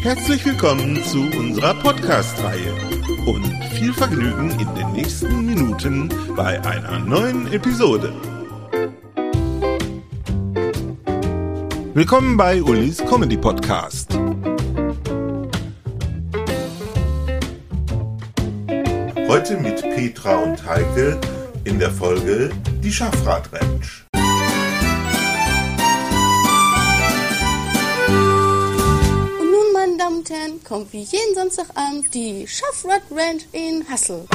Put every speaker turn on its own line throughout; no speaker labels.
Herzlich willkommen zu unserer Podcast-Reihe und viel Vergnügen in den nächsten Minuten bei einer neuen Episode. Willkommen bei Ulis Comedy Podcast. Heute mit Petra und Heike in der Folge Die Schafrat-Ranch.
Und nun, meine Damen und Herren, kommt wie jeden Samstagabend die Schafrat Ranch in Hassel.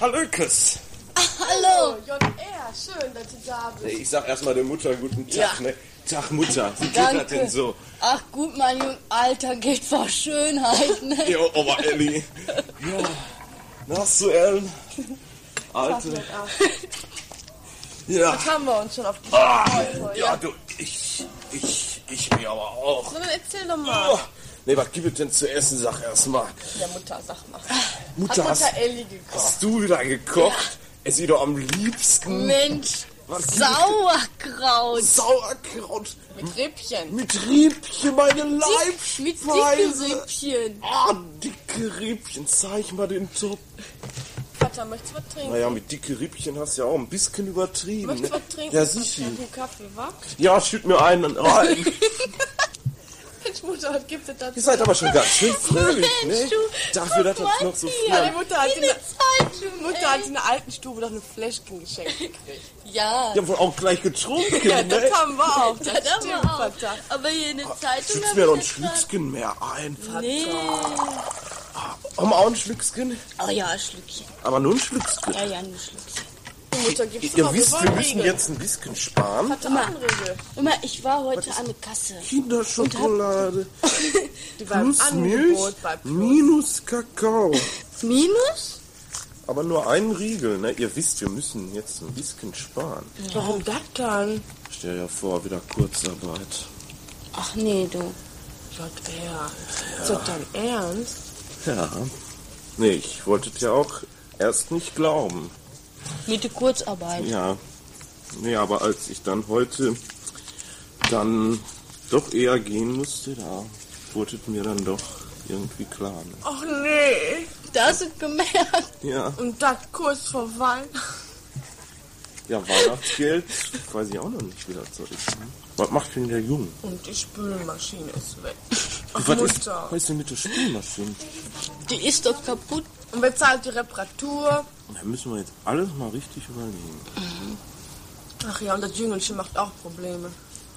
Hallökes.
Hallo!
JR, schön, dass du da bist.
Ich sag erstmal der Mutter guten Tag.
Ja.
Ne? Tag Mutter, wie geht das
Danke.
denn so?
Ach gut, mein Junge, Alter geht vor Schönheit, ne?
Jo, Oma oh, Elli. Ja. Na, hast du Ellen? Alte. Ja.
Haben wir uns schon auf die
Ah,
heute,
ja,
ja.
du, ich, ich, ich mir aber auch.
Nun erzähl doch mal.
Oh. Nee, was gibt es denn zu essen? Sag erstmal.
Der Mutter, sag mal.
Mutter,
Hat
hast,
Mutter Elli gekocht?
hast du wieder gekocht? Es sieht doch am liebsten
Mensch,
Was gibt's?
Sauerkraut!
Sauerkraut
Mit Rippchen.
mit Riebchen, meine
Dick- Mit
Leibspeise.
dicken Süppchen.
Ah, dicke Riebchen, zeig mal den Top.
Vater, möchtest du was trinken?
Naja, mit dicke Riebchen hast du ja auch ein bisschen übertrieben.
Möchtest du
Ne?
was trinken?
Ja, sicher.
Einen Kaffee, wa?
Ja, schütt mir einen Ah, rein.
Mensch, Mutter, was gibt es dazu?
Ihr seid aber schon ganz schön fröhlich, ne?
Mensch, du,
Dafür, dass das
guck
noch so
mal
früh
hier.
ja, die Mutter hat, in
Eine
der,
Zeitung,
Mutter hat
ey.
in der alten Stube doch eine Fläschchen geschenkt gekriegt.
Ja,
Die haben wohl auch gleich getrunken,
Ja,
ne?
das haben wir auch. Das,
das haben
stimmt,
wir auch.
Vater.
Aber hier eine Zeitung
Schützt
hab
mir
ich
doch ein
nicht dran.
Schlückchen mehr ein.
Nee.
Haben wir auch ein Schlückchen?
Oh ja, ein Schlückchen.
Aber nur ein Schlückchen.
Ja, ja, ein Schlückchen.
Die Mutter gibt's
Ihr
immer,
wisst, wir
genau, wollen
müssen
Regeln.
jetzt ein bisschen sparen.
Vater, auch eine Regel.
Immer, ich war heute an der Kasse.
Kinderschokolade
Die war im
plus Milch
Angebot bei Plus.
minus Kakao.
Minus?
Aber nur einen Riegel, ne? Ihr wisst, wir müssen jetzt ein bisschen sparen.
Warum das dann?
Stell dir vor, wieder Kurzarbeit.
Ach nee, du.
JR, ist das dein Ernst?
Ja. Nee, ich wollte es ja auch erst nicht glauben.
Mit der Kurzarbeit.
Ja. Nee, aber als ich dann heute dann doch eher gehen musste, da wurde es mir dann doch irgendwie klar. Ne?
Ach nee.
Da hast du gemerkt.
Ja.
Und das kurz vor Weihnachten.
Ja, Weihnachtsgeld weiß ich auch noch nicht, wie das so ist. Ne? Was macht denn der Junge?
Und die Spülmaschine ist weg. Ach,
Was ist,
Mutter.
was ist denn mit der Spülmaschine?
Die ist doch kaputt.
Und wer zahlt die Reparatur?
Da müssen wir jetzt alles mal richtig überlegen.
Ach ja, und das Jüngelchen macht auch Probleme.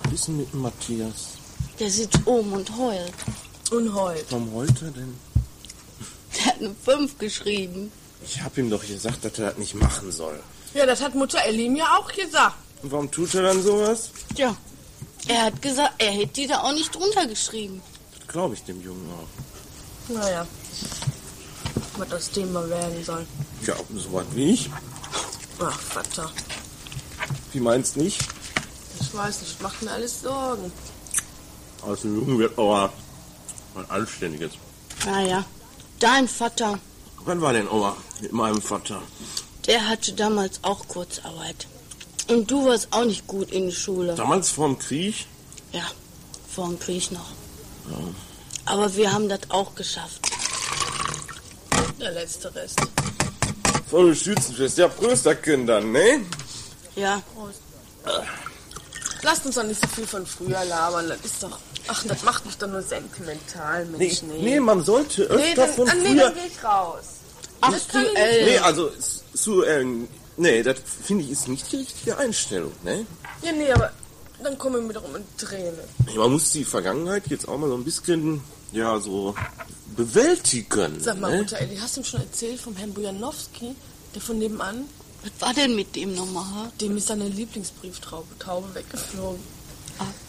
Was ist denn mit dem Matthias?
Der sitzt oben und heult.
Und heult.
Warum heute denn?
Der hat eine 5 geschrieben.
Ich hab ihm doch gesagt, dass er das nicht machen soll.
Ja, das hat Mutter Ellie mir auch gesagt.
Und warum tut er dann sowas?
Ja. Er hat gesagt, er hätte die da auch nicht drunter geschrieben.
Das glaube ich dem Jungen auch.
Naja. Was das Thema werden soll.
Ja, so was wie ich.
Ach, Vater.
Wie meinst nicht?
Ich weiß nicht, macht mir alles Sorgen.
Aus dem Jungen wird aber ein anständiges.
Naja. Dein Vater,
Wann war denn Oma mit meinem Vater?
der hatte damals auch Kurzarbeit. Und du warst auch nicht gut in der Schule.
Damals vorm Krieg?
Ja, vor dem Krieg noch. Aber wir haben das auch geschafft.
Der letzte Rest.
Voll Schützenfest. Ja, Pröster können dann, ne?
Ja,
Lasst uns doch nicht so viel von früher labern. Das ist doch. Ach, das macht mich doch nur sentimental, Mensch. Nee,
nee, man sollte öfter
Nee, dann,
von
ah, nee,
früher...
dann geh ich raus.
ach
kann
du
ich nicht.
Nee,
L.
also s- zu ähm, nee, das finde ich ist nicht die richtige Einstellung, ne?
Ja, nee, aber dann komme ich mir doch um in Tränen.
Man muss die Vergangenheit jetzt auch mal so ein bisschen ja so bewältigen.
Sag mal,
ne?
Mutter Elli, hast du ihm schon erzählt vom Herrn Bujanowski, der von nebenan,
Was war denn mit dem nochmal?
dem ist seine Lieblingsbrieftaube Taube weggeflogen?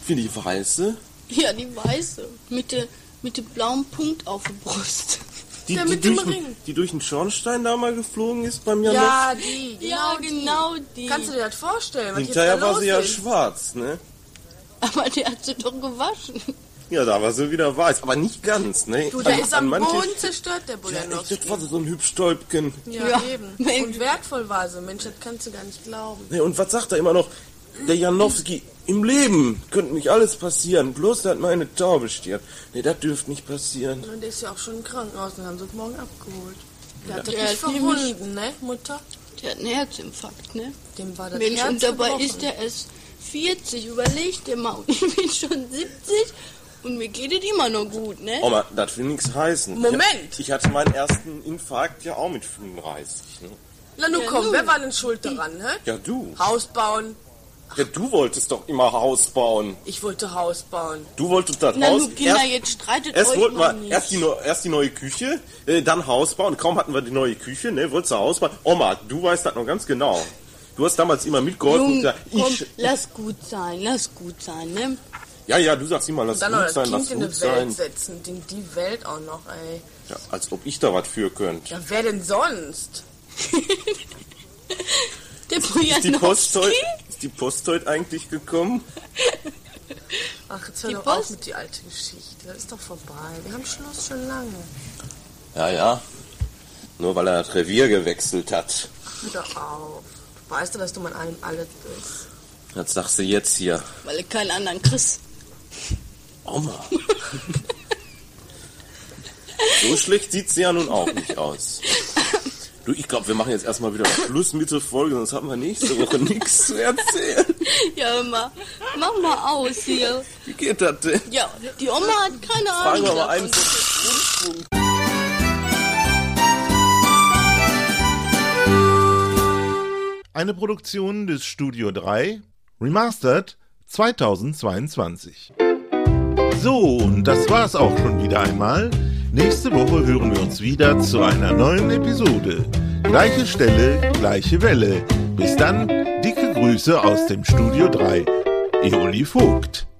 Wie die Weiße.
Ja, die weiße. Mit, der, mit dem blauen Punkt auf der Brust.
Die,
Der
die,
mit dem
durch,
Ring.
den- die durch den Schornstein da mal geflogen ist bei mir
die,
ja, genau die.
Kannst du dir das vorstellen?
noch.
Was jetzt da
Hinterher war
los
sie ja
ist?
schwarz, ne?
Aber die hat sie doch gewaschen.
Ja, da war sie wieder weiß, aber nicht ganz, ne?
Du, der
An-
ist
an
am
manchen-
Boden zerstört, der
Ja, echt,
Bujanowski.
das war so ein Hübschstäubchen.
Ja,
Ja,
eben.
Mensch.
Und wertvoll war sie. Mensch, das kannst du gar nicht glauben.
Ne, und was sagt er immer noch? Der Janowski, im Leben könnte mich alles passieren, bloß dass meine Taube stirbt. Ne, das dürfte nicht passieren.
Und der ist ja auch schon im Krankenhaus und haben sie es morgen abgeholt. Der hat
Ja,
das nicht
nämlich-
verwunden, ne, Mutter?
Der hat einen Herzinfarkt, ne?
Dem war das
Mensch,
Herz
und dabei
gebrochen.
ist er erst 40. Überleg dir mal. Und ich bin schon 70 und mir geht es immer noch gut, ne?
Oma, das will nichts heißen.
Moment.
Ich, ich hatte meinen ersten Infarkt ja auch mit 35. Ne?
Na nun
Ja,
komm,
nun.
wer war denn schuld daran, ne?
Ja, du.
Haus bauen.
Ja, du wolltest doch immer Haus bauen.
Ich wollte Haus bauen.
Du wolltest das
Na,
Haus...
nun, Kinder,
erst-
jetzt streitet
Erst
euch
wollten
mal
wir
nicht.
erst die, neu- erst die neue Küche, äh, dann Haus bauen. Kaum hatten wir die neue Küche, ne? Wolltest du Haus bauen? Oma, du weißt das noch ganz genau. Du hast damals immer mitgeholfen und
Jung,
gesagt,
komm,
ich,
lass gut sein, lass gut sein, ne?
ja, ja, du sagst immer, lass
Dann noch
gut
das
sein, lass
Kind in
gut
eine Welt
sein.
setzen. Den, die Welt auch noch, ey.
Ja, als ob ich da was für könnte.
Ja, wer denn sonst?
Der
Ist die, Post
Bujanowski?
heute, ist die Post heute eigentlich gekommen?
Ach, jetzt hör
Die
doch
Post?
auf mit die alte Geschichte. Das ist doch vorbei. Wir haben Schluss schon lange.
Ja, ja. Nur weil er das Revier gewechselt hat.
Hör doch auf. Du weißt du, dass du mein allem alles bist.
Das sagst du jetzt hier.
Weil er keinen anderen kriegst.
Oma. so schlecht sieht sie ja nun auch nicht aus. Du, ich glaube, wir machen jetzt erstmal wieder Schluss mit der Folge, sonst haben wir nächste Woche nichts zu erzählen.
Ja, hör mal, mach mal aus hier.
Wie geht das denn?
Ja, die Oma hat keine
Fragen
Ahnung.
wir mal einen
davon.
zum Rundfunk.
Eine Produktion des Studio 3, Remastered 2022. So, und das war's auch schon wieder einmal. Nächste Woche hören wir uns wieder zu einer neuen Episode. Gleiche Stelle, gleiche Welle. Bis dann, dicke Grüße aus dem Studio 3. Eoli Vogt.